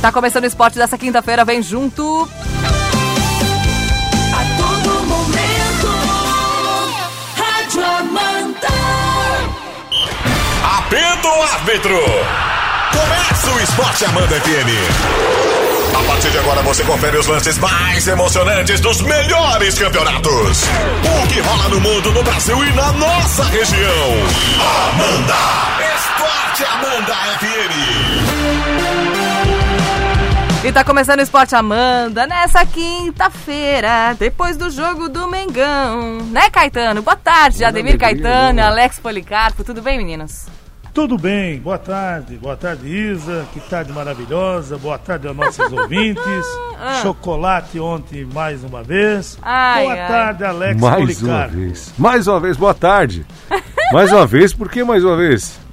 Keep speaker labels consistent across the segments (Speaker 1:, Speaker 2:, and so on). Speaker 1: Tá começando o esporte dessa quinta-feira, vem junto.
Speaker 2: A todo momento, Rádio Amanda.
Speaker 3: Apendo o árbitro! Começa o Esporte Amanda FM! A partir de agora você confere os lances mais emocionantes dos melhores campeonatos. O que rola no mundo, no Brasil e na nossa região. Amanda! Esporte Amanda FM!
Speaker 1: E tá começando o Esporte Amanda nessa quinta-feira, depois do jogo do Mengão. Né, Caetano? Boa tarde, Ademir Caetano, Alex Policarpo. Tudo bem, meninos?
Speaker 4: Tudo bem, boa tarde, boa tarde Isa, que tarde maravilhosa, boa tarde aos nossos ouvintes. Chocolate ontem mais uma vez.
Speaker 1: Ah. Ai,
Speaker 4: boa
Speaker 1: ai.
Speaker 4: tarde, Alex
Speaker 5: Mais uma
Speaker 4: Policarpo.
Speaker 5: vez. Mais uma vez, boa tarde. Mais uma vez, por que mais uma vez?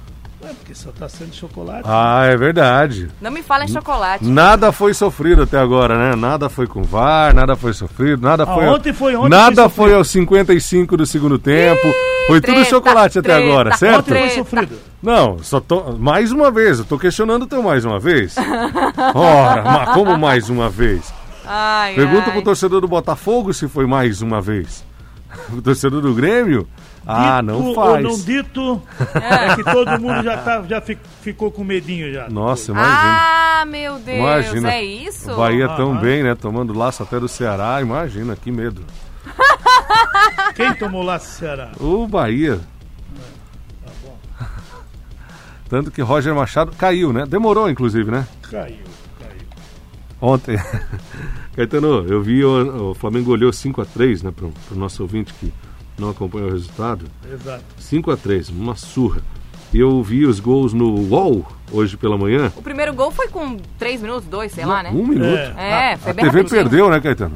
Speaker 4: É porque só tá sendo chocolate.
Speaker 5: Ah, é verdade.
Speaker 1: Não me falem
Speaker 5: Hum,
Speaker 1: chocolate.
Speaker 5: Nada foi sofrido até agora, né? Nada foi com VAR, nada foi sofrido, nada foi.
Speaker 4: ontem foi, ontem
Speaker 5: Nada
Speaker 4: foi sofrido.
Speaker 5: foi aos 55 do segundo tempo. Foi tudo
Speaker 1: treta,
Speaker 5: chocolate até
Speaker 1: treta,
Speaker 5: agora, certo?
Speaker 4: Ontem foi
Speaker 1: Treta.
Speaker 4: sofrido.
Speaker 5: Não, só tô. Mais uma vez, eu tô questionando teu mais uma vez. Ora, mas como mais uma vez?
Speaker 1: Ai,
Speaker 5: Pergunta
Speaker 1: ai.
Speaker 5: pro torcedor do Botafogo se foi mais uma vez. O torcedor do Grêmio? Ah, não
Speaker 4: Dito
Speaker 5: faz.
Speaker 4: Ou Tipo, não dito, é que todo mundo já, tá, já fi- ficou com medinho já.
Speaker 5: Nossa, imagina.
Speaker 1: Ah, meu Deus,
Speaker 5: Imagina.
Speaker 1: é isso?
Speaker 5: O Bahia tão
Speaker 4: Aham.
Speaker 5: bem, né? Tomando laço até do Ceará, imagina, que medo.
Speaker 4: Quem tomou lá Ceará?
Speaker 5: O Bahia. Tanto que Roger Machado caiu, né? Demorou, inclusive, né?
Speaker 4: Caiu, caiu.
Speaker 5: Ontem. Caetano, eu vi o, o Flamengo olhou 5x3, né? Pro, pro nosso ouvinte que não acompanhou o resultado.
Speaker 4: Exato.
Speaker 5: 5x3, uma surra. E eu vi os gols no UOL hoje pela manhã.
Speaker 1: O primeiro gol foi com 3 minutos, 2, sei lá, né?
Speaker 5: Um minuto.
Speaker 4: É.
Speaker 1: É,
Speaker 5: A
Speaker 1: foi bem
Speaker 5: TV
Speaker 1: rapidinho.
Speaker 5: perdeu, né, Caetano?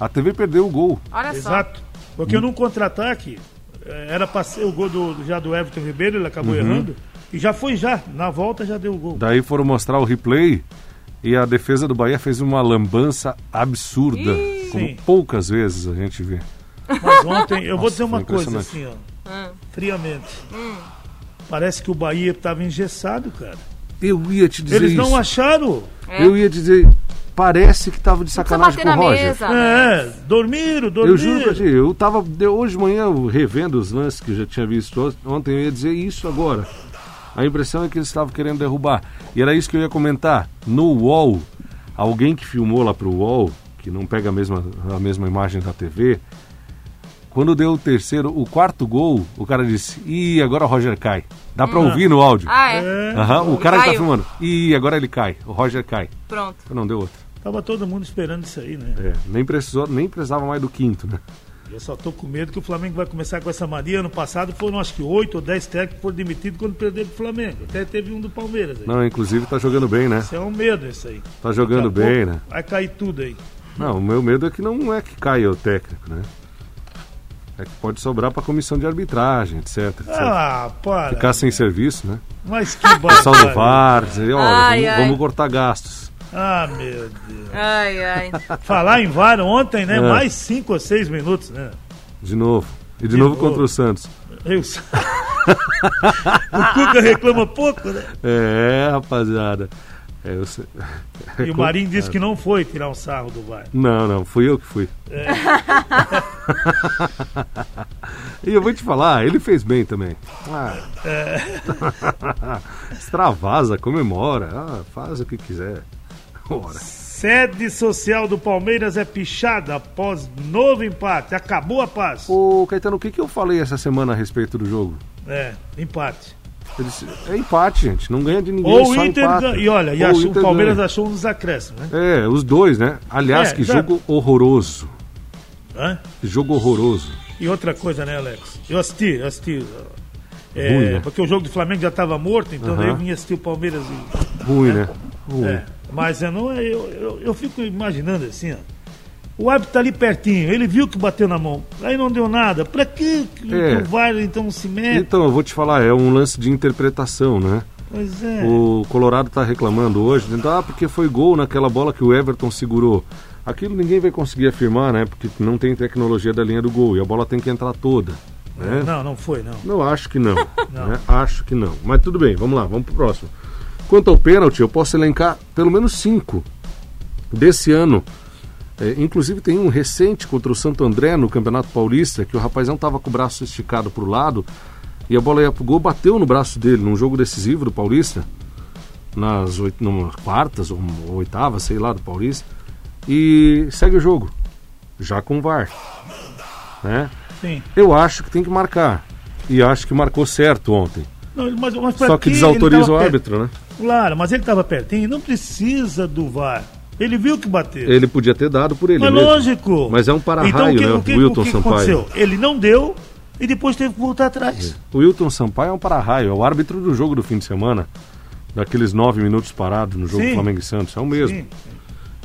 Speaker 5: A TV perdeu o gol.
Speaker 1: Olha só.
Speaker 4: Exato. Porque num contra-ataque, eh, era pra ser o gol do, já do Everton Ribeiro, ele
Speaker 5: Uhum.
Speaker 4: acabou errando. E já foi já, na volta já deu o gol.
Speaker 5: Daí foram mostrar o replay e a defesa do Bahia fez uma lambança absurda,
Speaker 1: Ih!
Speaker 5: como
Speaker 4: Sim.
Speaker 5: poucas vezes a gente vê.
Speaker 4: Mas ontem, eu vou dizer uma
Speaker 5: foi
Speaker 4: coisa assim, ó. Friamente. Parece que o Bahia estava engessado, cara.
Speaker 5: Eu ia te dizer
Speaker 4: Eles
Speaker 5: isso.
Speaker 4: não acharam.
Speaker 1: É.
Speaker 5: Eu ia dizer, parece que tava de
Speaker 1: Só
Speaker 5: sacanagem
Speaker 1: bater
Speaker 5: com o
Speaker 1: na
Speaker 5: Roger.
Speaker 1: mesa.
Speaker 4: É, dormiram, dormiram.
Speaker 5: Eu juro pra ti, eu tava de- hoje de manhã eu revendo os lances que eu já tinha visto on- ontem, eu ia dizer isso agora. A impressão é que eles estavam querendo derrubar. E era isso que eu ia comentar. No UOL, alguém que filmou lá pro UOL, que não pega a mesma, a mesma imagem da TV, quando deu o terceiro, o quarto gol, o cara disse, ih, agora o Roger cai. Dá pra ouvir no áudio.
Speaker 1: Ah, é.
Speaker 4: É,
Speaker 5: Aham, o cara que tá
Speaker 1: Caiu.
Speaker 5: filmando. Ih, agora ele cai. O Roger cai. Então
Speaker 1: Pronto.
Speaker 5: Não deu outro.
Speaker 4: tava todo mundo esperando isso aí, né?
Speaker 5: É, nem, precisou, nem precisava mais do quinto, né?
Speaker 4: Eu só tô com medo que o Flamengo vai começar com essa mania. Ano passado foram acho que oito ou dez técnicos que foram demitidos quando perderam pro Flamengo. Até teve um do Palmeiras aí.
Speaker 5: Não, inclusive tá jogando bem, né?
Speaker 4: Isso é um medo isso aí.
Speaker 5: Tá jogando
Speaker 4: Daqui a
Speaker 5: bem,
Speaker 4: pouco
Speaker 5: né?
Speaker 4: Vai cair tudo aí.
Speaker 5: Não, o meu medo é que não é que caia o técnico, né? É que pode sobrar pra comissão de arbitragem, etc. etc.
Speaker 4: Ah, para.
Speaker 5: Ficar sem serviço, né?
Speaker 4: Mas que
Speaker 5: Só do
Speaker 4: bacana.
Speaker 5: VAR, dizer, olha,
Speaker 1: Ai,
Speaker 5: vamos,
Speaker 1: ai.
Speaker 5: vamos cortar gastos.
Speaker 4: Ah, meu Deus.
Speaker 1: Ai, ai.
Speaker 4: Falar em VAR ontem, né?
Speaker 5: É.
Speaker 4: Mais cinco ou seis minutos, né?
Speaker 5: De novo. E de, novo,
Speaker 4: novo.
Speaker 5: contra o Santos.
Speaker 4: Eu... o Cuca reclama pouco, né?
Speaker 5: É, rapaziada. É, eu sei.
Speaker 4: E o Marinho disse que não foi tirar um sarro do VAR.
Speaker 5: Não, não, fui eu que fui.
Speaker 4: É.
Speaker 5: e eu vou te falar, ele fez bem também. Ah.
Speaker 4: É.
Speaker 5: Extravasa, comemora, ah, faz o que quiser. Ora.
Speaker 4: Sede social do Palmeiras é pichada após novo empate. Acabou a paz.
Speaker 5: Ô, Caetano, o que, que eu falei essa semana a respeito do jogo?
Speaker 4: É, empate.
Speaker 5: Eu disse, é empate, gente, não ganha de ninguém,
Speaker 4: Ou o
Speaker 5: é só
Speaker 4: Inter
Speaker 5: empata.
Speaker 4: ganha. E olha, e
Speaker 5: Ou
Speaker 4: achou-
Speaker 5: Inter
Speaker 4: o Palmeiras
Speaker 5: ganha.
Speaker 4: achou um dos acréscimos, né?
Speaker 5: É, os dois, né? Aliás,
Speaker 4: É,
Speaker 5: que
Speaker 4: exato.
Speaker 5: jogo horroroso.
Speaker 4: Hã?
Speaker 5: Que jogo horroroso.
Speaker 4: E outra coisa, né, Alex? Eu assisti, eu assisti. é,
Speaker 5: Ruim, né?
Speaker 4: Porque o jogo do Flamengo já estava morto, então daí eu
Speaker 5: Aham.
Speaker 4: vim assistir o Palmeiras e
Speaker 5: Ruim, né? Ruim.
Speaker 4: É, mas eu não eu, eu, eu fico imaginando assim, ó. O árbitro tá ali pertinho, ele viu que bateu na mão, aí não deu nada. Pra que, que
Speaker 5: É.
Speaker 4: o VAR então se mete?
Speaker 5: Então, eu vou te falar, é um lance de interpretação, né?
Speaker 4: Pois é.
Speaker 5: O Colorado tá reclamando hoje, dizendo, ah, porque foi gol naquela bola que o Everton segurou. Aquilo ninguém vai conseguir afirmar, né? Porque não tem tecnologia da linha do gol e a bola tem que entrar toda. Né?
Speaker 4: Não, não foi, não.
Speaker 5: Não, acho que não. né? Acho que não. Mas tudo bem, vamos lá, vamos pro próximo. Quanto ao pênalti, eu posso elencar pelo menos cinco desse ano. É, inclusive tem um recente contra o Santo André no Campeonato Paulista, que o rapazão estava com o braço esticado para o lado e a bola ia pro gol, bateu no braço dele num jogo decisivo do Paulista, nas oit... numa quartas ou oitavas, sei lá, do Paulista, e segue o jogo, já com o VAR. Né?
Speaker 4: Sim.
Speaker 5: Eu acho que tem que marcar, e acho que marcou certo ontem.
Speaker 4: Não, mas, mas pra
Speaker 5: Só que
Speaker 4: ele
Speaker 5: desautoriza
Speaker 4: tava
Speaker 5: o
Speaker 4: per-
Speaker 5: árbitro, né?
Speaker 4: Claro, mas ele estava pertinho, não precisa do VAR. Ele viu que bateu.
Speaker 5: Ele podia ter dado por ele
Speaker 4: mas
Speaker 5: mesmo.
Speaker 4: lógico.
Speaker 5: Mas é um para-raio,
Speaker 4: então, o que,
Speaker 5: né,
Speaker 4: o que,
Speaker 5: o Wilton
Speaker 4: o que
Speaker 5: Sampaio.
Speaker 4: aconteceu? Ele não deu e depois teve que voltar atrás.
Speaker 5: O Wilton Sampaio é um para-raio, é o árbitro do jogo do fim de semana, daqueles nove minutos parados no jogo
Speaker 4: Sim.
Speaker 5: Flamengo e Santos, é o mesmo.
Speaker 4: Sim,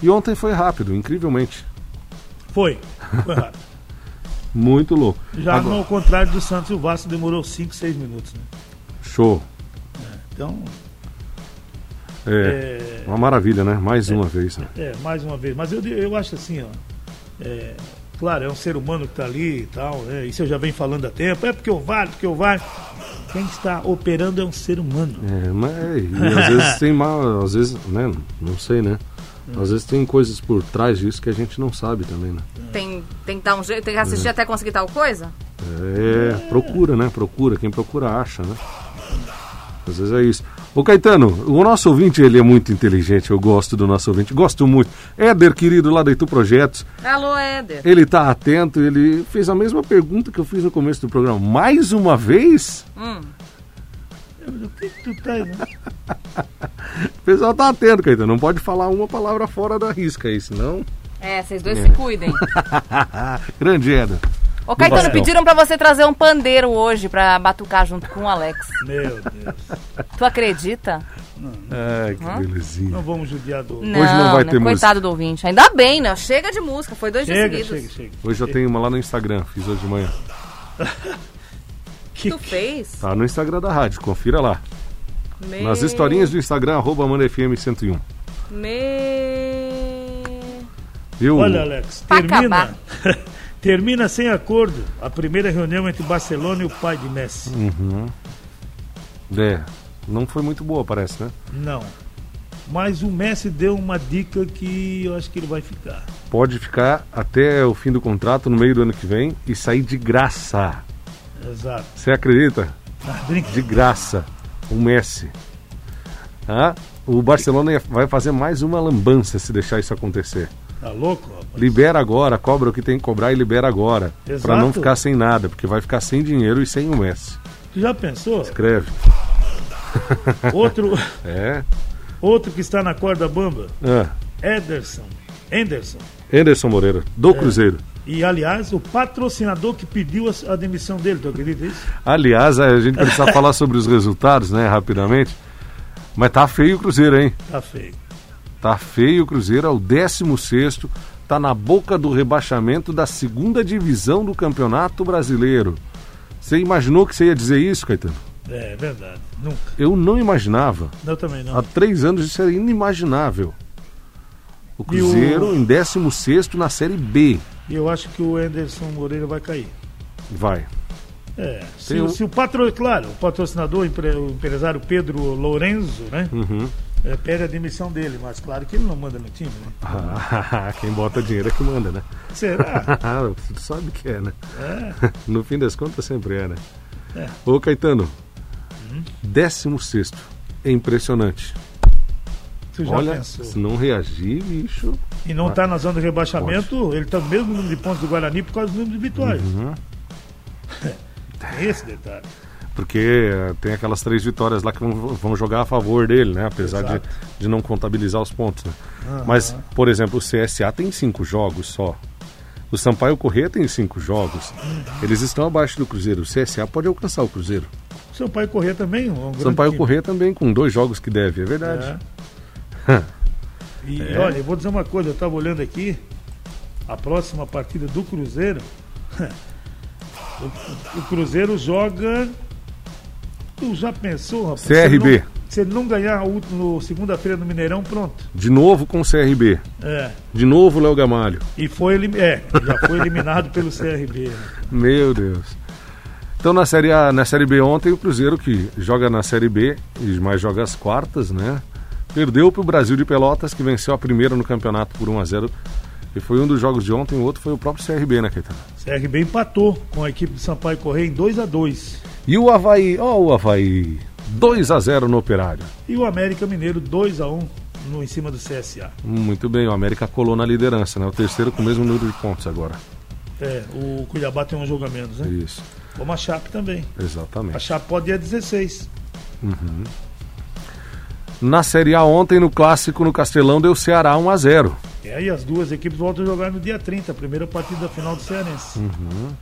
Speaker 5: E ontem foi rápido, incrivelmente.
Speaker 4: Foi. Foi errado.
Speaker 5: Muito louco.
Speaker 4: Já
Speaker 5: Agora-
Speaker 4: no contrário do Santos, o Vasco demorou 5, 6 minutos. Né?
Speaker 5: Show.
Speaker 4: Então,
Speaker 5: É,
Speaker 4: é,
Speaker 5: uma maravilha, né? Mais uma vez. né?
Speaker 4: é, mais uma vez. Mas eu, eu acho assim, ó. é, claro, é um ser humano que está ali e tal. Né? Isso eu já venho falando há tempo. É porque eu VAR, porque eu VAR. Quem está operando é um ser humano.
Speaker 5: É, mas é, e às vezes tem mal, às vezes, né? Não sei, né? Às vezes tem coisas por trás disso que a gente não sabe também, né?
Speaker 1: Tem, tem que dar um jeito, tem que assistir até conseguir tal coisa?
Speaker 5: É, procura, né? Procura, quem procura acha, né? Às vezes é isso. Ô Caetano, o nosso ouvinte, ele é muito inteligente, eu gosto do nosso ouvinte, gosto muito. Éder, querido, lá da Itu Projetos,
Speaker 1: Alô, Éder.
Speaker 5: ele tá atento, ele fez a mesma pergunta que eu fiz no começo do programa. Mais uma vez?
Speaker 4: O que que tu tá.
Speaker 5: O pessoal tá atento, Caetano, não pode falar uma palavra fora da risca aí, senão...
Speaker 1: É, vocês dois se cuidem.
Speaker 5: Grande Éder.
Speaker 1: Ô, Caetano,
Speaker 5: Bastão.
Speaker 1: pediram pra você trazer um pandeiro hoje pra batucar junto com o Alex.
Speaker 4: Meu Deus.
Speaker 1: Tu acredita?
Speaker 5: Ai, que belezinha.
Speaker 4: Não vamos judiar do.
Speaker 1: Não,
Speaker 5: não vai
Speaker 1: né?
Speaker 5: ter música.
Speaker 1: Coitado do ouvinte. Ainda bem, né? Chega de música, foi dois
Speaker 4: Chega,
Speaker 1: dias
Speaker 4: chega,
Speaker 1: seguidos.
Speaker 4: chega.
Speaker 5: Hoje eu tenho uma lá no Instagram, fiz hoje de manhã.
Speaker 1: Tu fez?
Speaker 5: Tá no Instagram da rádio, confira lá.
Speaker 1: Meu...
Speaker 5: Nas historinhas do Instagram, arroba MandaFM101.
Speaker 1: Meu...
Speaker 5: Viu?
Speaker 4: Olha, Alex,
Speaker 1: Pra
Speaker 4: termina.
Speaker 1: acabar.
Speaker 4: termina sem acordo a primeira reunião entre Barcelona e o pai de Messi.
Speaker 5: É, não foi muito boa, parece, né?
Speaker 4: Não. Mas o Messi deu uma dica que eu acho que ele vai ficar.
Speaker 5: Pode ficar até o fim do contrato, no meio do ano que vem, e sair de graça.
Speaker 4: Exato.
Speaker 5: Você acredita?
Speaker 4: Ah, brinca.
Speaker 5: De graça. O Messi. Ah, o Barcelona ia- vai fazer mais uma lambança se deixar isso acontecer.
Speaker 4: Tá louco? rapaz?
Speaker 5: Libera agora, cobra o que tem que cobrar e libera agora. Pra
Speaker 4: Exato.
Speaker 5: não ficar sem nada, porque vai ficar sem dinheiro e sem o Messi.
Speaker 4: Tu já pensou?
Speaker 5: Escreve.
Speaker 4: Outro,
Speaker 5: É.
Speaker 4: outro que está na corda bamba,
Speaker 5: Ah,
Speaker 4: Ederson. Anderson.
Speaker 5: Anderson Moreira,
Speaker 4: É.
Speaker 5: do Cruzeiro.
Speaker 4: E aliás, o patrocinador que pediu a, a demissão dele, tu acredita isso?
Speaker 5: Aliás, a gente precisa falar sobre os resultados, né, rapidamente. Mas tá feio o Cruzeiro, hein?
Speaker 4: Tá feio.
Speaker 5: Tá feio o Cruzeiro, é o 16 tá na boca do rebaixamento da segunda divisão do Campeonato Brasileiro. Você imaginou que você ia dizer isso, Caetano?
Speaker 4: É, é verdade. Nunca.
Speaker 5: Eu não imaginava.
Speaker 4: Eu também não.
Speaker 5: Há três anos isso era inimaginável. O
Speaker 4: E o-
Speaker 5: Cruzeiro em 16 na Série B.
Speaker 4: E eu acho que o Anderson Moreira vai cair.
Speaker 5: Vai.
Speaker 4: É, se,
Speaker 5: Tem
Speaker 4: o-
Speaker 5: um-
Speaker 4: se o patro, claro, o patrocinador, o empre- o empresário Pedro Lourenço, né?
Speaker 5: Uhum.
Speaker 4: é, pede a demissão dele, mas claro que ele não manda no time, né?
Speaker 5: Quem bota dinheiro é que manda, né?
Speaker 4: Será?
Speaker 5: Ah, tu sabe que é, né?
Speaker 4: É.
Speaker 5: No fim das contas sempre é, né? Ô Caetano, décimo sexto. É impressionante.
Speaker 4: Tu já
Speaker 5: Olha,
Speaker 4: pensou.
Speaker 5: se não reagir, bicho.
Speaker 4: E não está na zona de rebaixamento, ele está no mesmo número de pontos do Guarani por causa do número de vitórias.
Speaker 5: Uhum.
Speaker 4: Tem Esse detalhe.
Speaker 5: Porque eh, tem aquelas três vitórias lá que vão, vão jogar a favor dele, né? Apesar de,
Speaker 4: Exato.
Speaker 5: de não contabilizar os pontos, né? Mas, por exemplo, o CSA tem cinco jogos só. O Sampaio Corrêa tem cinco jogos. Eles estão abaixo do Cruzeiro. O CSA pode alcançar o Cruzeiro.
Speaker 4: O Sampaio Corrêa também, é um grande
Speaker 5: O Sampaio
Speaker 4: time.
Speaker 5: Corrêa também com dois jogos que deve, é verdade.
Speaker 4: É. E
Speaker 5: É.
Speaker 4: olha, eu vou dizer uma coisa, eu estava olhando aqui, a próxima partida do Cruzeiro. o, o Cruzeiro joga. Tu já pensou, rapaz?
Speaker 5: CRB.
Speaker 4: Se ele não, se ele não ganhar o ult- no segunda-feira no Mineirão, pronto.
Speaker 5: De novo com o CRB.
Speaker 4: É.
Speaker 5: De novo o Léo Gamalho.
Speaker 4: E foi ele, é, já foi eliminado pelo CRB. né?
Speaker 5: Meu Deus. Então na série A, na série B ontem o Cruzeiro que joga na série B e mais joga as quartas, né? Perdeu para o Brasil de Pelotas que venceu a primeira no campeonato por 1 a 0 e foi um dos jogos de ontem. O outro foi o próprio CRB, né, Caetano?
Speaker 4: CRB empatou com a equipe de Sampaio Correia em 2 a 2
Speaker 5: E o Havaí, ó o Havaí, 2 a 0 no Operário.
Speaker 4: E o América Mineiro 2 a 1 no, em cima do CSA.
Speaker 5: Muito bem, o América colou na liderança, né? O terceiro com o mesmo número de pontos agora.
Speaker 4: É, o Cuiabá tem um jogo a menos, né?
Speaker 5: Isso,
Speaker 4: Como a Chape também. A
Speaker 5: exatamente.
Speaker 4: Chape pode ir a 16.
Speaker 5: Na Série A ontem no clássico no Castelão deu Ceará 1 a 0.
Speaker 4: E É aí as duas equipes voltam a jogar no dia 30, a primeira partida da final do Cearense.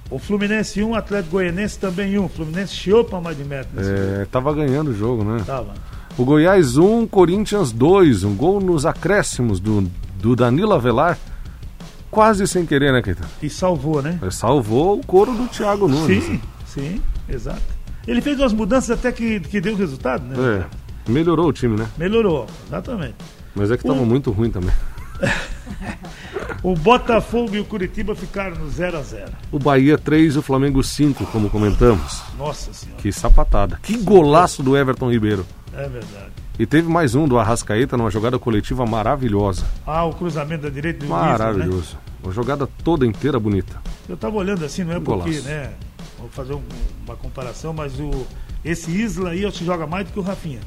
Speaker 4: O Fluminense 1, Atlético Goianense também 1. O Fluminense chiou pra mais de meta. nesse jogo.
Speaker 5: É, tava ganhando o jogo, né?
Speaker 4: Tava.
Speaker 5: O Goiás 1, Corinthians 2, um gol nos acréscimos do, do Danilo Avelar, quase sem querer, né, Caetano?
Speaker 4: E salvou, né?
Speaker 5: Ele Salvou o couro do Thiago Nunes.
Speaker 4: Sim, sim, exato. Ele fez umas mudanças até que, que deu resultado, né?
Speaker 5: É, melhorou o time, né?
Speaker 4: Melhorou, exatamente.
Speaker 5: Mas é que tava
Speaker 4: Um.
Speaker 5: muito ruim também.
Speaker 4: O Botafogo e o Curitiba ficaram no 0 a 0
Speaker 5: O Bahia 3, o Flamengo 5, como comentamos.
Speaker 4: Nossa senhora,
Speaker 5: Que sapatada. Que golaço do Everton Ribeiro.
Speaker 4: é verdade.
Speaker 5: E teve mais um do Arrascaeta numa jogada coletiva maravilhosa.
Speaker 4: Ah, o cruzamento da direita do Wilson, né?
Speaker 5: Maravilhoso. Uma jogada toda inteira bonita.
Speaker 4: Eu tava olhando assim, não é porque,
Speaker 5: Um Golaço.
Speaker 4: né? Vou fazer um- uma comparação, mas o esse Isla aí, eu se joga mais do que o Rafinha,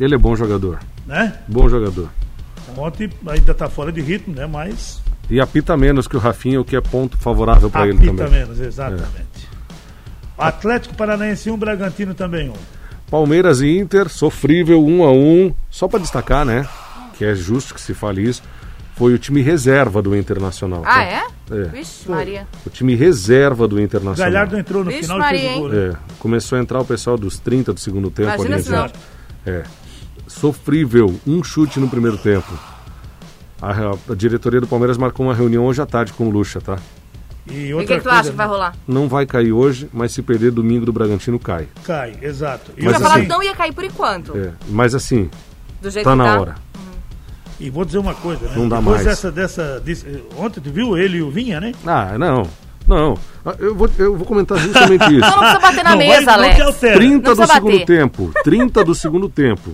Speaker 5: Ele é bom jogador.
Speaker 4: né?
Speaker 5: Bom jogador.
Speaker 4: Ontem ainda tá fora de ritmo, né? Mas
Speaker 5: E apita menos que o Rafinha, o que é ponto favorável para ele
Speaker 4: apita
Speaker 5: também. É.
Speaker 4: menos, exatamente. Atlético Paranaense 1, Bragantino também 1.
Speaker 5: Palmeiras e Inter, sofrível 1 a 1 Só para destacar, né? Que é justo que se fale isso. Foi o time reserva do Internacional.
Speaker 1: Ah,
Speaker 5: né?
Speaker 1: é?
Speaker 5: É.
Speaker 1: Vixe, Maria.
Speaker 5: O time reserva do Internacional.
Speaker 4: Galhardo entrou no
Speaker 1: Vixe
Speaker 4: final e
Speaker 1: Maria,
Speaker 4: fez o
Speaker 1: hein?
Speaker 4: gol. né?
Speaker 5: É, começou a entrar o pessoal dos 30 do segundo tempo
Speaker 1: Imagina
Speaker 5: ali.
Speaker 1: se não.
Speaker 5: já. É. Sofrível, um chute no primeiro tempo. A, a diretoria do Palmeiras marcou uma reunião hoje à tarde com o Lucha, tá?
Speaker 4: E
Speaker 1: E o que,
Speaker 4: outra
Speaker 1: que tu
Speaker 4: coisa, né?
Speaker 1: acha que vai rolar?
Speaker 5: Não vai cair hoje, mas se perder domingo do Bragantino cai.
Speaker 4: Cai, exato. E,
Speaker 1: Eu ia
Speaker 5: Mas
Speaker 4: outra-
Speaker 1: falar
Speaker 5: assim-
Speaker 1: que não ia cair por enquanto.
Speaker 5: É, Mas assim,
Speaker 1: Do jeito
Speaker 5: tá
Speaker 1: que
Speaker 5: na
Speaker 1: tá.
Speaker 5: hora.
Speaker 4: e vou dizer uma coisa, né?
Speaker 5: Não dá
Speaker 4: Depois
Speaker 5: mais.
Speaker 4: Dessa, dessa, disse- ontem tu viu ele e o Vinha, né?
Speaker 5: Ah, não. Não. Ah, Eu vou, eu vou comentar justamente
Speaker 1: Então
Speaker 5: isso.
Speaker 1: não precisa bater na
Speaker 4: Não, vai-
Speaker 1: mesa,
Speaker 4: não te
Speaker 1: Alex.
Speaker 4: altera.
Speaker 5: 30 do
Speaker 1: precisa
Speaker 5: segundo
Speaker 1: bater. É.
Speaker 5: tempo. 30 do segundo tempo.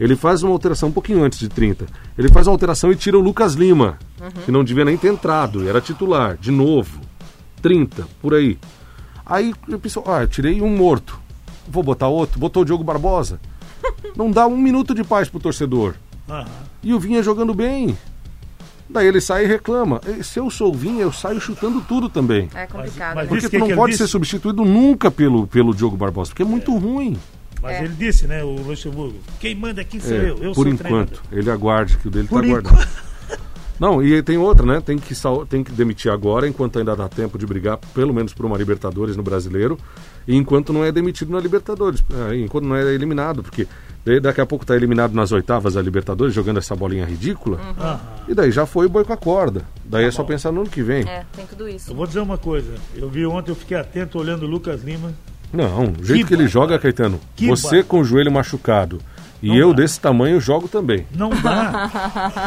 Speaker 5: Ele faz uma alteração um pouquinho antes de 30. Ele faz uma alteração e tira o Lucas Lima,
Speaker 1: Uhum.
Speaker 5: que não devia nem ter entrado, era titular, de novo. 30, por aí. Aí eu pensou, ah, eu tirei um morto. Vou botar outro, botou o Diogo Barbosa. Não dá um minuto de paz pro torcedor.
Speaker 4: Aham.
Speaker 5: E o Vinha jogando bem. Daí ele sai e reclama. E Se eu sou o Vinha, eu saio chutando tudo também.
Speaker 1: É complicado.
Speaker 4: Mas- mas
Speaker 1: né?
Speaker 5: Porque
Speaker 4: que
Speaker 5: tu não
Speaker 4: que ele
Speaker 5: pode
Speaker 4: disse?
Speaker 5: ser substituído nunca pelo, pelo Diogo Barbosa, porque é muito ruim.
Speaker 4: Mas
Speaker 1: É.
Speaker 4: ele disse, né, o Luxemburgo, quem manda aqui sou
Speaker 5: É,
Speaker 4: eu, eu
Speaker 5: por
Speaker 4: sou o
Speaker 5: enquanto,
Speaker 4: treinador.
Speaker 5: ele aguarde que o dele
Speaker 4: Por
Speaker 5: tá
Speaker 4: enquanto.
Speaker 5: aguardando. Não, e aí tem outra, né? Tem que, sal- tem que demitir agora, enquanto ainda dá tempo de brigar, pelo menos por uma Libertadores no brasileiro, e enquanto não é demitido na Libertadores, é, enquanto não é eliminado, porque daí daqui a pouco tá eliminado nas oitavas da Libertadores, jogando essa bolinha ridícula,
Speaker 4: Aham.
Speaker 5: e daí já foi o boi com a corda. Daí é só
Speaker 4: Tá
Speaker 5: pensar no ano que vem.
Speaker 1: É, tem tudo isso.
Speaker 4: Eu vou dizer uma coisa, eu vi ontem, eu fiquei atento olhando o Lucas Lima.
Speaker 5: Não, o jeito que,
Speaker 4: Que
Speaker 5: ele
Speaker 4: barba-
Speaker 5: joga, Caetano,
Speaker 4: que
Speaker 5: você
Speaker 4: barba-
Speaker 5: com o joelho machucado e
Speaker 4: Não
Speaker 5: eu
Speaker 4: dá.
Speaker 5: desse tamanho jogo também.
Speaker 4: Não dá.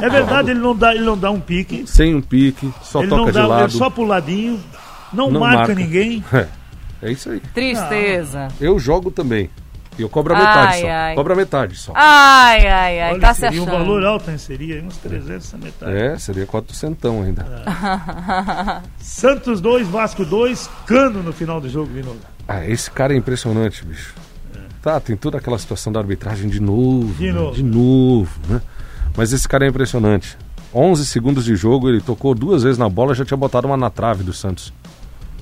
Speaker 4: é verdade, ele não dá, ele não dá um pique,
Speaker 5: Sem um pique, só
Speaker 4: ele não
Speaker 5: toca de
Speaker 4: dá,
Speaker 5: lado.
Speaker 4: ele só pro ladinho, não,
Speaker 5: Não
Speaker 4: marca,
Speaker 5: marca.
Speaker 4: ninguém.
Speaker 5: É, é isso aí.
Speaker 1: Tristeza.
Speaker 5: Eu jogo também. E eu cobro a
Speaker 1: Ai,
Speaker 5: metade só.
Speaker 1: ai. Ah.
Speaker 5: Cobro a metade só.
Speaker 1: Ai, ai, ai.
Speaker 4: Olha,
Speaker 1: tá se
Speaker 4: seria um
Speaker 1: achando.
Speaker 4: valor alto, hein? Seria aí uns 300 essa metade.
Speaker 5: É, seria quatrocentão ainda.
Speaker 4: É. Santos 2, Vasco 2, Cano no final do jogo de novo.
Speaker 5: Ah, esse cara é impressionante, bicho. Tá, tem toda aquela situação da arbitragem de novo.
Speaker 4: É. De
Speaker 5: né?
Speaker 4: novo.
Speaker 5: De novo, né? Mas esse cara é impressionante. 11 segundos de jogo, ele tocou duas vezes na bola, já tinha botado uma na trave do Santos.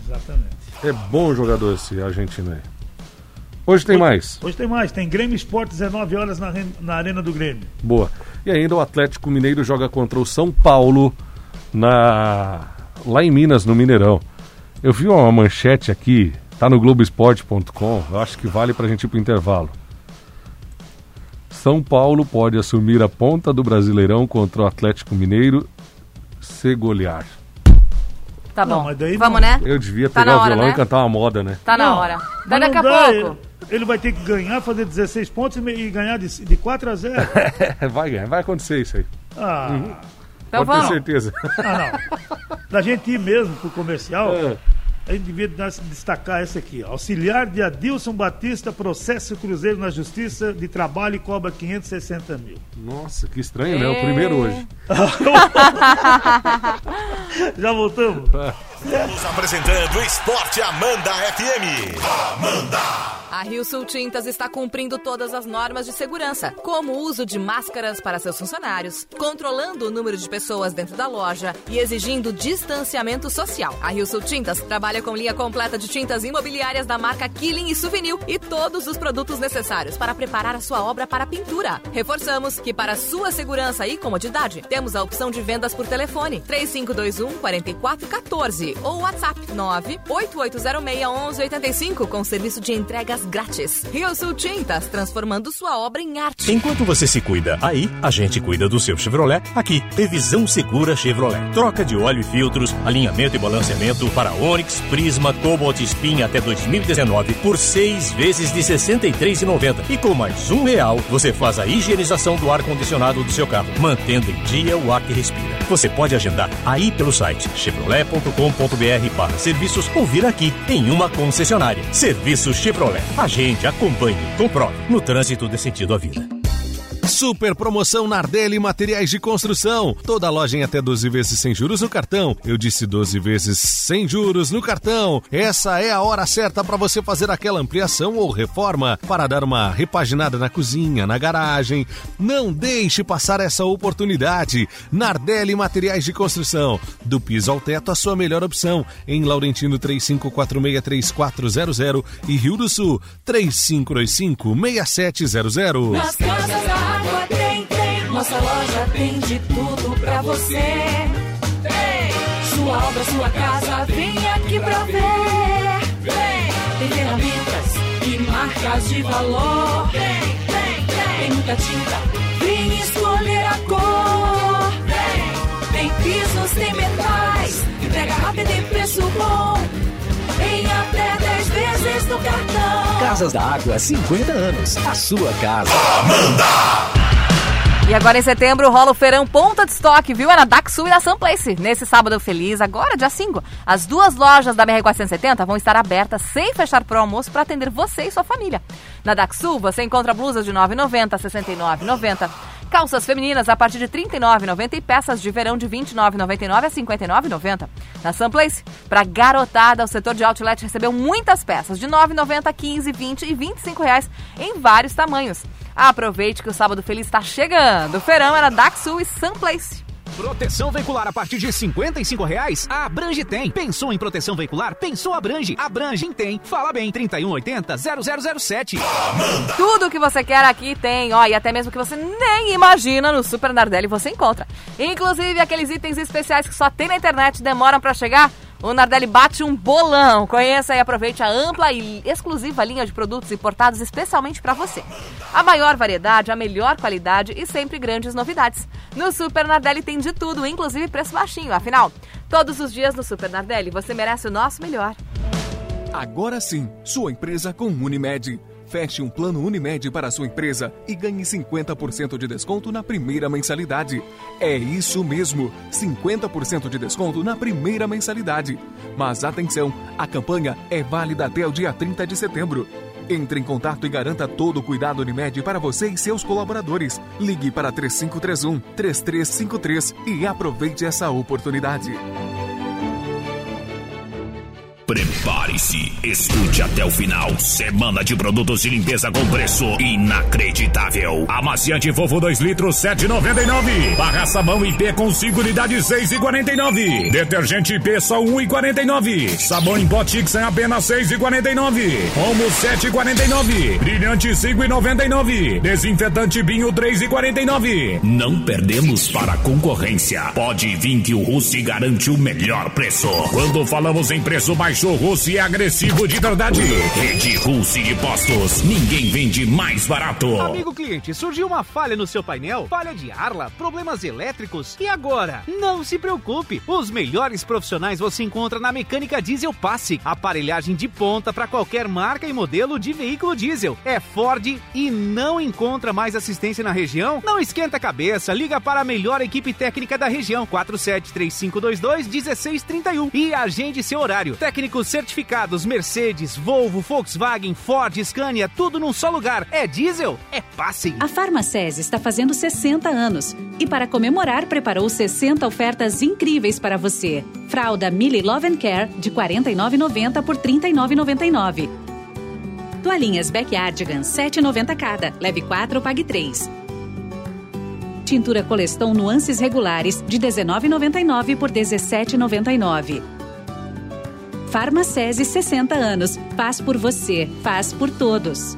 Speaker 4: Exatamente.
Speaker 5: É bom jogador esse argentino aí. Hoje tem mais.
Speaker 4: Hoje tem mais, tem Grêmio Esporte 19 horas na, re- na Arena do Grêmio.
Speaker 5: Boa. E ainda o Atlético Mineiro joga contra o São Paulo na lá em Minas, no Mineirão. Eu vi uma manchete aqui, tá no Globoesporte.com, eu acho que vale pra gente ir pro intervalo. São Paulo pode assumir a ponta do Brasileirão contra o Atlético Mineiro se golear.
Speaker 1: Tá bom.
Speaker 4: Não, mas daí
Speaker 1: Vamos,
Speaker 4: não-
Speaker 1: né?
Speaker 5: Eu devia
Speaker 1: Tá
Speaker 5: pegar
Speaker 1: na
Speaker 5: o
Speaker 1: hora,
Speaker 5: violão
Speaker 1: né?
Speaker 5: e cantar uma moda, né?
Speaker 1: Tá na
Speaker 4: Não,
Speaker 1: hora.
Speaker 4: mas
Speaker 1: Daí
Speaker 4: não
Speaker 1: daqui a
Speaker 4: dá,
Speaker 1: pouco.
Speaker 4: Ele, ele vai ter que ganhar, fazer 16 pontos e, me- e ganhar de, de 4 a 0.
Speaker 5: Vai ganhar, vai acontecer isso aí.
Speaker 4: Ah,
Speaker 5: Pode ter
Speaker 1: Então vamos.
Speaker 5: certeza.
Speaker 1: É.
Speaker 4: ah, não. Da gente ir mesmo pro comercial, a gente devia dar- destacar essa aqui. ó. Auxiliar de Adilson Batista processa o Cruzeiro na Justiça de Trabalho e cobra 560 mil.
Speaker 5: Nossa, que estranho, né? O primeiro
Speaker 1: É.
Speaker 5: hoje.
Speaker 4: Já voltamos?
Speaker 3: Estamos apresentando Esporte Amanda FM.
Speaker 1: A Rio Sul Tintas está cumprindo todas as normas de segurança, como o uso de máscaras para seus funcionários, controlando o número de pessoas dentro da loja e exigindo distanciamento social. A Rio Sul Tintas trabalha com linha completa de tintas imobiliárias da marca Killing e Souvenir e todos os produtos necessários para preparar a sua obra para a pintura. Reforçamos que para sua segurança e comodidade, temos a opção de vendas por telefone 3521 4414 ou WhatsApp 98806 com serviço de entregas grátis. Rio Sul Tintas, transformando sua obra em arte.
Speaker 6: Enquanto você se cuida aí, a gente cuida do seu Chevrolet aqui. Revisão Segura Chevrolet. Troca de óleo e filtros, alinhamento e balanceamento para Onix, Prisma, Cobalt e Spin até 2019 por seis vezes de R$ 63,90. E com mais um real, você faz a higienização do ar-condicionado do seu carro, mantendo em dia o ar que respira. Você pode agendar aí pelo site chevrolet.com.br barra serviços ou vir aqui em uma concessionária. Serviço Chevrolet. Agende, acompanhe, comprove no trânsito de sentido à vida.
Speaker 7: Super promoção Nardelli Materiais de Construção. Toda loja em até 12 vezes sem juros no cartão. Eu disse 12 vezes sem juros no cartão. Essa é a hora certa para você fazer aquela ampliação ou reforma para dar uma repaginada na cozinha, na garagem. Não deixe passar essa oportunidade. Nardelli Materiais de Construção. Do piso ao teto, a sua melhor opção. Em Laurentino 35463400 e Rio do Sul 3525 6700.
Speaker 2: Nas casas da água tem, tem. Nossa loja tem de tudo pra você. Tem. Sua obra, sua casa, vem aqui pra ver. Vem. Tem ferramentas e marcas de valor. Tem, tem, tem. Tem muita tinta, vem escolher a cor. Tem. Tem pisos, tem metais, entrega rápida e preço bom. Em até 10 vezes no cartão.
Speaker 8: Casas da Água, 50 anos. A sua casa.
Speaker 1: E agora em setembro rola o feirão Ponta de Estoque, viu? É na Daxu e na Sunplace. Nesse sábado feliz, agora dia 5, as duas lojas da BR-470 vão estar abertas sem fechar pro almoço para atender você e sua família. Na Daxu você encontra blusas de R$ 9,90 a R$ 69,90. Calças femininas a partir de R$ 39,90 e peças de verão de R$ 29,99 a R$ 59,90. Na Sunplace, para garotada, o setor de outlet recebeu muitas peças de R$ 9,90, 15, 20 e R$ 25 reais em vários tamanhos. Aproveite que o Sábado Feliz está chegando. O feirão era Daxu e Sunplace.
Speaker 8: Proteção veicular a partir de R$ 55 reais? A Abrange tem. Pensou em proteção veicular? Pensou Abrange. Abrange tem. Fala bem. 3180-0007.
Speaker 1: Tudo que você quer aqui tem, ó, e até mesmo que você nem imagina no Super Nardelli você encontra. Inclusive aqueles itens especiais que só tem na internet e demoram para chegar. O Nardelli bate um bolão. Conheça e aproveite a ampla e exclusiva linha de produtos importados especialmente para você. A maior variedade, a melhor qualidade e sempre grandes novidades. No Super Nardelli tem de tudo, inclusive preço baixinho. Afinal, todos os dias no Super Nardelli você merece o nosso melhor.
Speaker 9: Agora sim, sua empresa com Unimed. Feche um plano Unimed para sua empresa e ganhe 50% de desconto na primeira mensalidade. É isso mesmo, 50% de desconto na primeira mensalidade. Mas atenção, a campanha é válida até o dia 30 de setembro. Entre em contato e garanta todo o cuidado Unimed para você e seus colaboradores. Ligue para 3531 3353 e aproveite essa oportunidade.
Speaker 6: Prepare-se, escute até o final. Semana de produtos de limpeza com preço inacreditável. Amaciante fofo 2 litros 7,99. Barra sabão IP com 5 unidades 6,49. Detergente IP só 1,49. Sabão em pó Tixan apenas 6,49. Homo 7,49. Brilhante 5,99. Desinfetante Binho 3,49. Não perdemos para a concorrência. Pode vir que o Russi garante o melhor preço. Quando falamos em preço baixo, o Russi é agressivo de verdade. Rede Russi de Postos. Ninguém vende mais barato.
Speaker 8: Amigo cliente, surgiu uma falha no seu painel? Falha de arla? Problemas elétricos? E agora? Não se preocupe! Os melhores profissionais você encontra na Mecânica Diesel Passe. Aparelhagem de ponta para qualquer marca e modelo de veículo diesel. É Ford e não encontra mais assistência na região? Não esquenta a cabeça, liga para a melhor equipe um técnica da região 473522 1631 e agende seu horário. Técnico técnicos certificados Mercedes, Volvo, Volkswagen, Ford, Scania, tudo num só lugar. É diesel? É passe.
Speaker 10: A Farmacese está fazendo 60 anos e para comemorar preparou 60 ofertas incríveis para você. Fralda Mili Love and Care de R$ 49,90 por R$ 39,99. Toalhinhas Backyardigan 7,90 cada. Leve 4, pague 3. Tintura Colestom Nuances Regulares de 19,99 por 17,99. Farmacese 60 anos. Faz por você, faz por todos.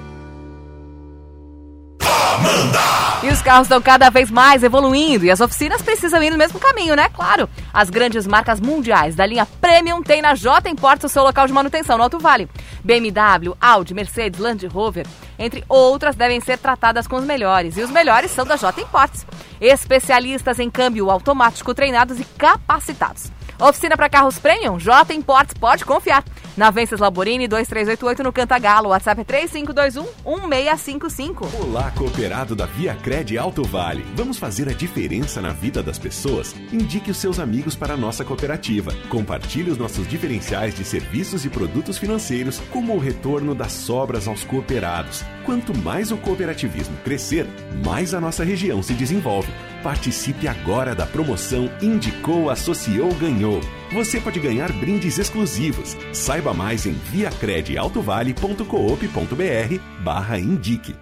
Speaker 1: E os carros estão cada vez mais evoluindo e as oficinas precisam ir no mesmo caminho, né? Claro. As grandes marcas mundiais da linha Premium têm na J Imports o seu local de manutenção no Alto Vale. BMW, Audi, Mercedes, Land Rover, entre outras, devem ser tratadas com os melhores. E os melhores são da J Imports. Especialistas em câmbio automático treinados e capacitados. Oficina para carros premium, J Imports, pode confiar. Na Vences Laborini 2388 no Cantagalo, WhatsApp é 3521 1655.
Speaker 11: Olá, cooperado da Via Cred Alto Vale. Vamos fazer a diferença na vida das pessoas? Indique os seus amigos para a nossa cooperativa. Compartilhe os nossos diferenciais de serviços e produtos financeiros, como o retorno das sobras aos cooperados. Quanto mais o cooperativismo crescer, mais a nossa região se desenvolve. Participe agora da promoção Indicou, Associou, Ganhou. Você pode ganhar brindes exclusivos. Saiba mais em viacredaltovale.coop.br barra indique.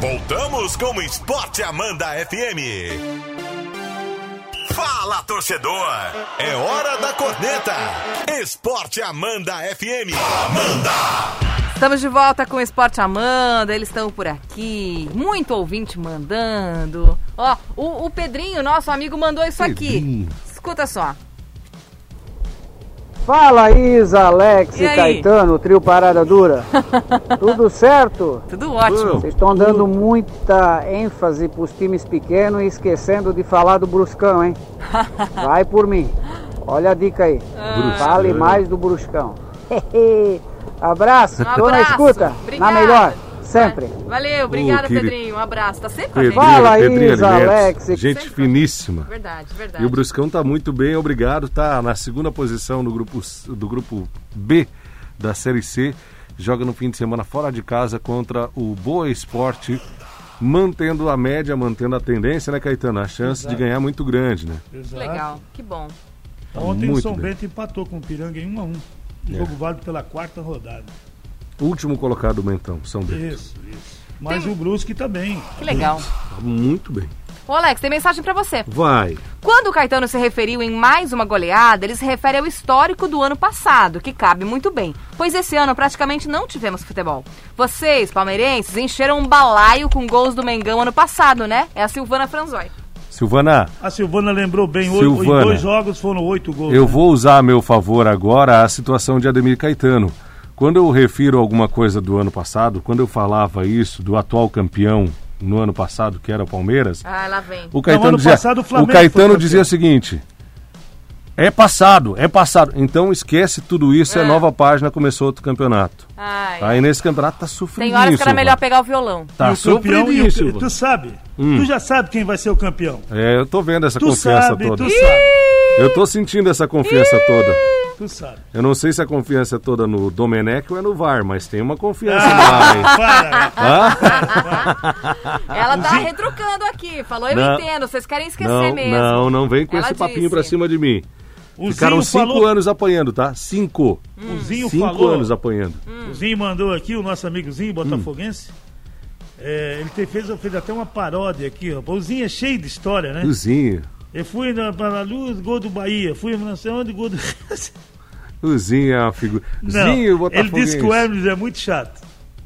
Speaker 3: Voltamos com o Esporte Amanda FM. Fala, torcedor! É hora da corneta! Esporte Amanda FM. Amanda!
Speaker 1: Estamos de volta com o Esporte Amanda, eles estão por aqui. Muito ouvinte mandando. Ó, o, o Pedrinho, nosso amigo, mandou isso aqui.
Speaker 5: Pedrinho.
Speaker 1: Escuta só.
Speaker 12: Fala Isa, Alex
Speaker 1: E
Speaker 12: e,
Speaker 1: aí?
Speaker 12: Caetano, trio Parada Dura. Tudo certo?
Speaker 1: Tudo ótimo. Um
Speaker 12: Vocês estão dando muita ênfase para os times pequenos e esquecendo de falar do Bruscão, hein? Vai por mim. Olha a dica aí.
Speaker 1: Ah.
Speaker 5: Bruscão.
Speaker 12: Fale mais do Bruscão. abraço,
Speaker 1: Um
Speaker 12: tô na
Speaker 1: abraço.
Speaker 12: escuta.
Speaker 1: Obrigada.
Speaker 12: Na melhor, sempre.
Speaker 1: Valeu, obrigada,
Speaker 5: querido.
Speaker 1: Pedrinho. Um abraço. Tá sempre com a
Speaker 5: Pedrinho,
Speaker 1: gente.
Speaker 12: Fala,
Speaker 5: Pedrinho
Speaker 12: Isa,
Speaker 5: Alimentos,
Speaker 12: Alex.
Speaker 5: gente finíssima.
Speaker 1: Verdade, verdade.
Speaker 5: E o Bruscão tá muito bem, obrigado. Tá na segunda posição do grupo, C- do grupo B da Série C. Joga no fim de semana fora de casa contra o Boa Esporte, mantendo a média, mantendo a tendência, né, Caetano? A chance de ganhar é muito grande, né?
Speaker 1: Que
Speaker 4: Exato.
Speaker 1: legal, que bom.
Speaker 4: Ontem
Speaker 5: Muito
Speaker 4: o São
Speaker 5: bem.
Speaker 4: Bento empatou com o Piranga em 1x1.
Speaker 1: É.
Speaker 4: Jogo válido pela quarta rodada.
Speaker 5: Último colocado do Mentão, São Bento.
Speaker 4: Isso, isso. Mas o Brusque também.
Speaker 1: Que legal.
Speaker 5: Tá muito bem.
Speaker 1: Ô, Alex, tem mensagem pra você.
Speaker 5: Vai.
Speaker 1: Quando o Caetano se referiu em mais uma goleada, ele se refere ao histórico do ano passado, que cabe muito bem, pois esse ano praticamente não tivemos futebol. Vocês, palmeirenses, encheram um balaio com gols do Mengão ano passado, né? É a Silvana Franzoi.
Speaker 5: Silvana,
Speaker 4: A Silvana lembrou bem. oito-
Speaker 5: Silvana.
Speaker 4: Em dois jogos foram oito gols.
Speaker 5: Eu
Speaker 4: né?
Speaker 5: vou usar a meu favor agora a situação de Ademir Caetano. Quando eu refiro alguma coisa do ano passado, quando eu falava isso do atual campeão no ano passado, que era o Palmeiras,
Speaker 1: Ah, lá vem.
Speaker 5: o Caetano,
Speaker 4: ano
Speaker 5: dizia,
Speaker 4: passado o Flamengo
Speaker 5: o
Speaker 4: foi
Speaker 5: Caetano
Speaker 4: campeão.
Speaker 5: dizia o seguinte: é passado, é passado. Então esquece tudo isso, é,
Speaker 1: É.
Speaker 5: nova página, começou outro campeonato.
Speaker 1: Ai.
Speaker 5: Aí nesse campeonato tá sofrendo.
Speaker 1: Tem horas que era melhor pegar o violão.
Speaker 4: E
Speaker 5: Tá
Speaker 4: o campeão
Speaker 5: sofrendo
Speaker 4: e
Speaker 5: isso.
Speaker 4: o, Tu sabe. Tu já sabe quem vai ser o campeão.
Speaker 5: É, eu tô vendo essa
Speaker 4: Tu
Speaker 5: confiança
Speaker 4: sabe,
Speaker 5: toda.
Speaker 4: tu sabe.
Speaker 5: Eu tô sentindo essa confiança toda.
Speaker 4: Tu sabe.
Speaker 5: Eu não sei se a confiança é toda no Domenech ou é no VAR, mas tem uma confiança no VAR, hein?
Speaker 4: Para.
Speaker 1: Ela tá retrucando aqui. Falou, eu
Speaker 5: Não.
Speaker 1: entendo, vocês querem esquecer
Speaker 5: Não,
Speaker 1: mesmo.
Speaker 5: não, não vem com
Speaker 1: Ela
Speaker 5: esse papinho
Speaker 1: disse.
Speaker 5: pra cima de mim.
Speaker 4: O
Speaker 5: Ah, Ficaram
Speaker 4: Zinho
Speaker 5: cinco
Speaker 4: falou, Hum.
Speaker 5: anos apanhando, tá? Cinco.
Speaker 4: O Zinho
Speaker 5: cinco
Speaker 4: falou.
Speaker 5: anos Hum. apanhando.
Speaker 4: O Zinho mandou aqui, o nosso amigo Zinho, botafoguense. É, ele te- fez, fez até uma paródia aqui, rapaz. O Zinho é cheio de história, né?
Speaker 5: E o Zinho.
Speaker 4: Eu fui na, pra Luz, gol do Bahia. Fui não sei onde, gol do.
Speaker 5: O Zinho é uma figura.
Speaker 4: Não,
Speaker 5: Zinho,
Speaker 4: ele
Speaker 5: Botafoguense.
Speaker 4: disse que o Hermes é muito chato.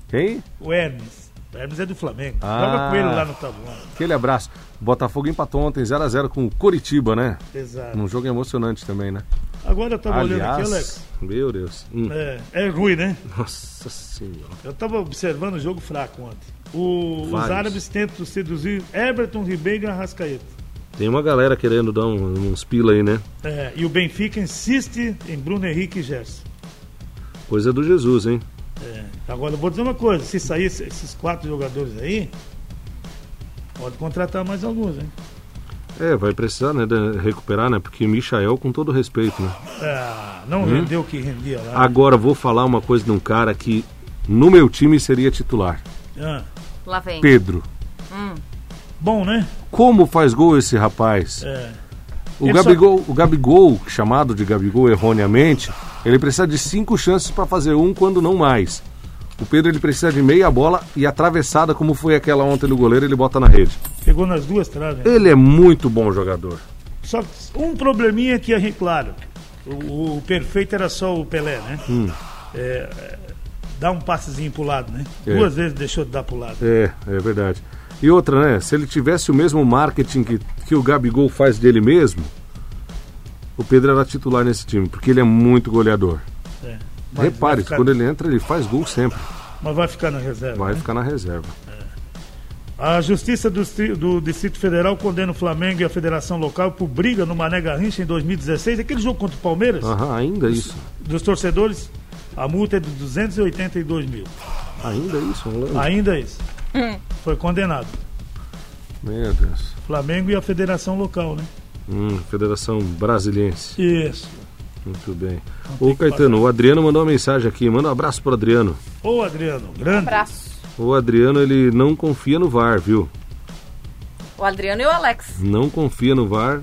Speaker 5: Quem?
Speaker 4: O Hermes. O Hermes é do Flamengo.
Speaker 5: Ah.
Speaker 4: Joga com ele lá no tabuão.
Speaker 5: Aquele abraço. O Botafogo empatou ontem 0x0 com o Coritiba, né?
Speaker 4: Exato.
Speaker 5: Um jogo emocionante também, né?
Speaker 4: Agora eu tava olhando Tá aqui, Alex.
Speaker 5: Aliás, meu Deus. Hum.
Speaker 4: É, é ruim, né?
Speaker 5: Nossa senhora.
Speaker 4: Eu tava observando o jogo fraco ontem. O- os
Speaker 5: Vários.
Speaker 4: árabes tentam seduzir Everton, Ribeiro e Arrascaeta.
Speaker 5: Tem uma galera querendo dar um- uns pila aí, né?
Speaker 4: É, e o Benfica insiste em Bruno Henrique e Gerson. É,
Speaker 5: Coisa do Jesus, hein?
Speaker 4: Agora eu vou dizer uma coisa: se sair esse- esses quatro jogadores aí, pode contratar mais alguns, hein?
Speaker 5: É, vai precisar, né, de recuperar, né? Porque Michael, com todo respeito, né?
Speaker 4: Ah, não
Speaker 5: Hum?
Speaker 4: rendeu o que rendia lá.
Speaker 5: Agora vou falar uma coisa de um cara que no meu time seria titular.
Speaker 4: Ah,
Speaker 1: Lá vem.
Speaker 5: Pedro.
Speaker 4: bom, né?
Speaker 5: Como faz gol esse rapaz?
Speaker 4: É.
Speaker 5: O
Speaker 4: Ele
Speaker 5: Gabigol, o Gabigol, chamado de Gabigol erroneamente, ele precisa de cinco chances para fazer um, quando não mais. O Pedro ele precisa de meia bola e atravessada, como foi aquela ontem do goleiro, ele bota na rede.
Speaker 4: Pegou nas duas traves.
Speaker 5: Ele é muito bom jogador.
Speaker 4: Só que um probleminha que a gente, claro, o, o perfeito era só o Pelé, né?
Speaker 5: Hum.
Speaker 4: É, é, dá um passezinho pro lado, né?
Speaker 5: É.
Speaker 4: Duas vezes deixou de dar pro lado.
Speaker 5: É, é verdade. E outra, né? Se ele tivesse o mesmo marketing que, que o Gabigol faz dele mesmo, o Pedro era titular nesse time, porque ele é muito goleador.
Speaker 4: É. Mas
Speaker 5: Repare,
Speaker 4: vai ficar-
Speaker 5: quando ele entra, ele faz gol sempre.
Speaker 4: Mas vai ficar na reserva.
Speaker 5: Vai
Speaker 4: né?
Speaker 5: ficar na reserva.
Speaker 4: A Justiça do, Distri- do Distrito Federal condena o Flamengo e a Federação Local por briga no Mané Garrincha em 2016, aquele jogo contra o Palmeiras,
Speaker 5: Aham, ainda isso.
Speaker 4: dos torcedores. A multa é de 282 mil.
Speaker 5: Ainda isso, um Rolando?
Speaker 4: Ainda isso. Foi condenado.
Speaker 5: Meu Deus.
Speaker 4: Flamengo e a Federação Local, né?
Speaker 5: Hum, Federação Brasiliense.
Speaker 4: Isso.
Speaker 5: Muito bem. Ô Caetano, o Adriano mandou uma mensagem aqui. Manda um abraço pro Adriano.
Speaker 4: Ô, Adriano, grande.
Speaker 1: Abraço.
Speaker 5: O Adriano, ele não confia no VAR, viu?
Speaker 1: O Adriano e o Alex.
Speaker 5: Não confia no VAR.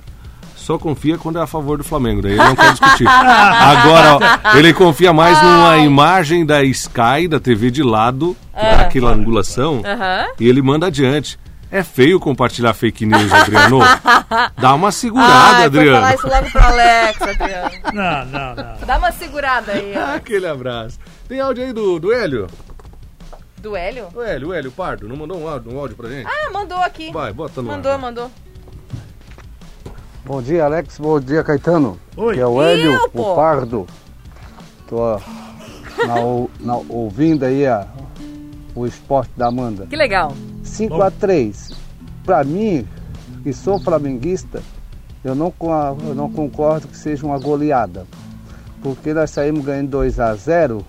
Speaker 5: Só confia quando é a favor do Flamengo, daí ele não quer discutir. Agora, ó, ele confia mais numa imagem da Sky, da TV de lado, daquela angulação,
Speaker 1: Ah. Aham.
Speaker 5: e ele manda adiante. É feio compartilhar fake news, Adriano. Dá uma segurada,
Speaker 1: Ai, foi falar
Speaker 5: Adriano.
Speaker 1: isso logo pro Alex, Adriano.
Speaker 4: Não, não, não.
Speaker 1: Dá uma segurada aí. ó.
Speaker 5: Aquele abraço. Tem áudio aí do, do Hélio?
Speaker 1: Do Hélio?
Speaker 5: O Hélio, o Hélio Pardo, não mandou um áudio, um áudio pra gente?
Speaker 1: Ah, mandou aqui.
Speaker 5: Vai, bota no
Speaker 1: Mandou,
Speaker 5: ar.
Speaker 1: mandou.
Speaker 12: Bom dia, Alex. Bom dia, Caetano.
Speaker 4: Oi.
Speaker 12: Que é o Hélio,
Speaker 1: Eu, pô.
Speaker 12: o Pardo. Tô na ou- na- ouvindo aí a- o esporte da Amanda.
Speaker 1: Que legal. Um
Speaker 12: 5 a 3 Para mim, que sou flamenguista, eu não, co- eu não concordo que seja uma goleada. Porque nós saímos ganhando 2 a 0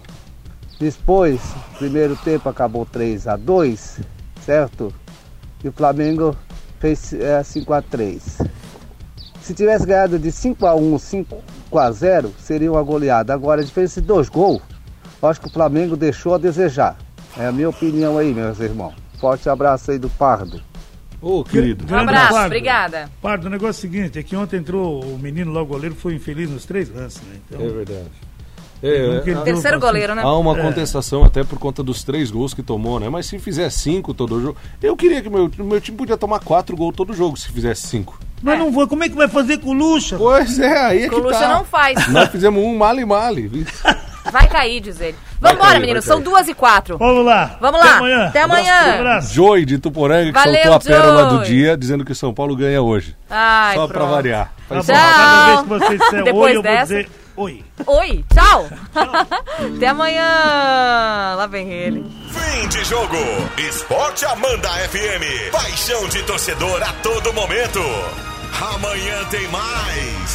Speaker 12: Depois, primeiro tempo acabou 3 a 2 certo? E o Flamengo fez 5 a 3 Se tivesse ganhado de 5 a 1 5 a 0 seria uma goleada. Agora, a diferença de dois gols, eu acho que o Flamengo deixou a desejar. É a minha opinião aí, meus irmãos. Forte abraço aí do Pardo.
Speaker 5: Ô, querido.
Speaker 1: Um
Speaker 4: Grande
Speaker 1: abraço,
Speaker 4: Pardo.
Speaker 1: obrigada.
Speaker 4: Pardo, o negócio é o seguinte, é que ontem entrou o menino lá, o goleiro, foi infeliz nos três lances, né? Então,
Speaker 5: É verdade.
Speaker 1: Uhum.
Speaker 5: É,
Speaker 4: Nunca ele
Speaker 5: há-
Speaker 4: deu-
Speaker 1: Terceiro goleiro, né?
Speaker 5: há uma contestação até por conta dos três gols que tomou, né? Mas se fizer cinco todo jogo. Eu queria que meu, meu time podia tomar quatro gols todo jogo se fizesse cinco.
Speaker 4: Mas
Speaker 1: né?
Speaker 4: não vou, como é que vai fazer com o Lucha?
Speaker 5: Pois é, aí é que
Speaker 1: Colucha
Speaker 5: tá.
Speaker 1: não faz.
Speaker 5: Nós fizemos um male male. viu?
Speaker 1: Vai cair, diz ele. Vambora,
Speaker 5: cair,
Speaker 1: menino.
Speaker 5: vai cair.
Speaker 1: São duas e quatro.
Speaker 4: Vamos lá.
Speaker 1: Vamos lá.
Speaker 4: Até amanhã.
Speaker 1: Até amanhã.
Speaker 4: Um abraço.
Speaker 5: Joy de Tuporanga que
Speaker 1: Valeu,
Speaker 5: soltou a pérola
Speaker 1: Joy.
Speaker 5: do dia dizendo que o São Paulo ganha hoje.
Speaker 1: Ai,
Speaker 5: Só pra
Speaker 1: pronto.
Speaker 5: variar.
Speaker 4: Tá bom,
Speaker 5: Faz
Speaker 4: Cada vez que você disser
Speaker 1: Depois
Speaker 4: oi, eu vou
Speaker 1: dessa.
Speaker 4: dizer oi.
Speaker 1: Oi, tchau. Até amanhã. Lá vem ele.
Speaker 3: Fim de jogo. Esporte Amanda FM. Paixão de torcedor a todo momento. Amanhã tem mais.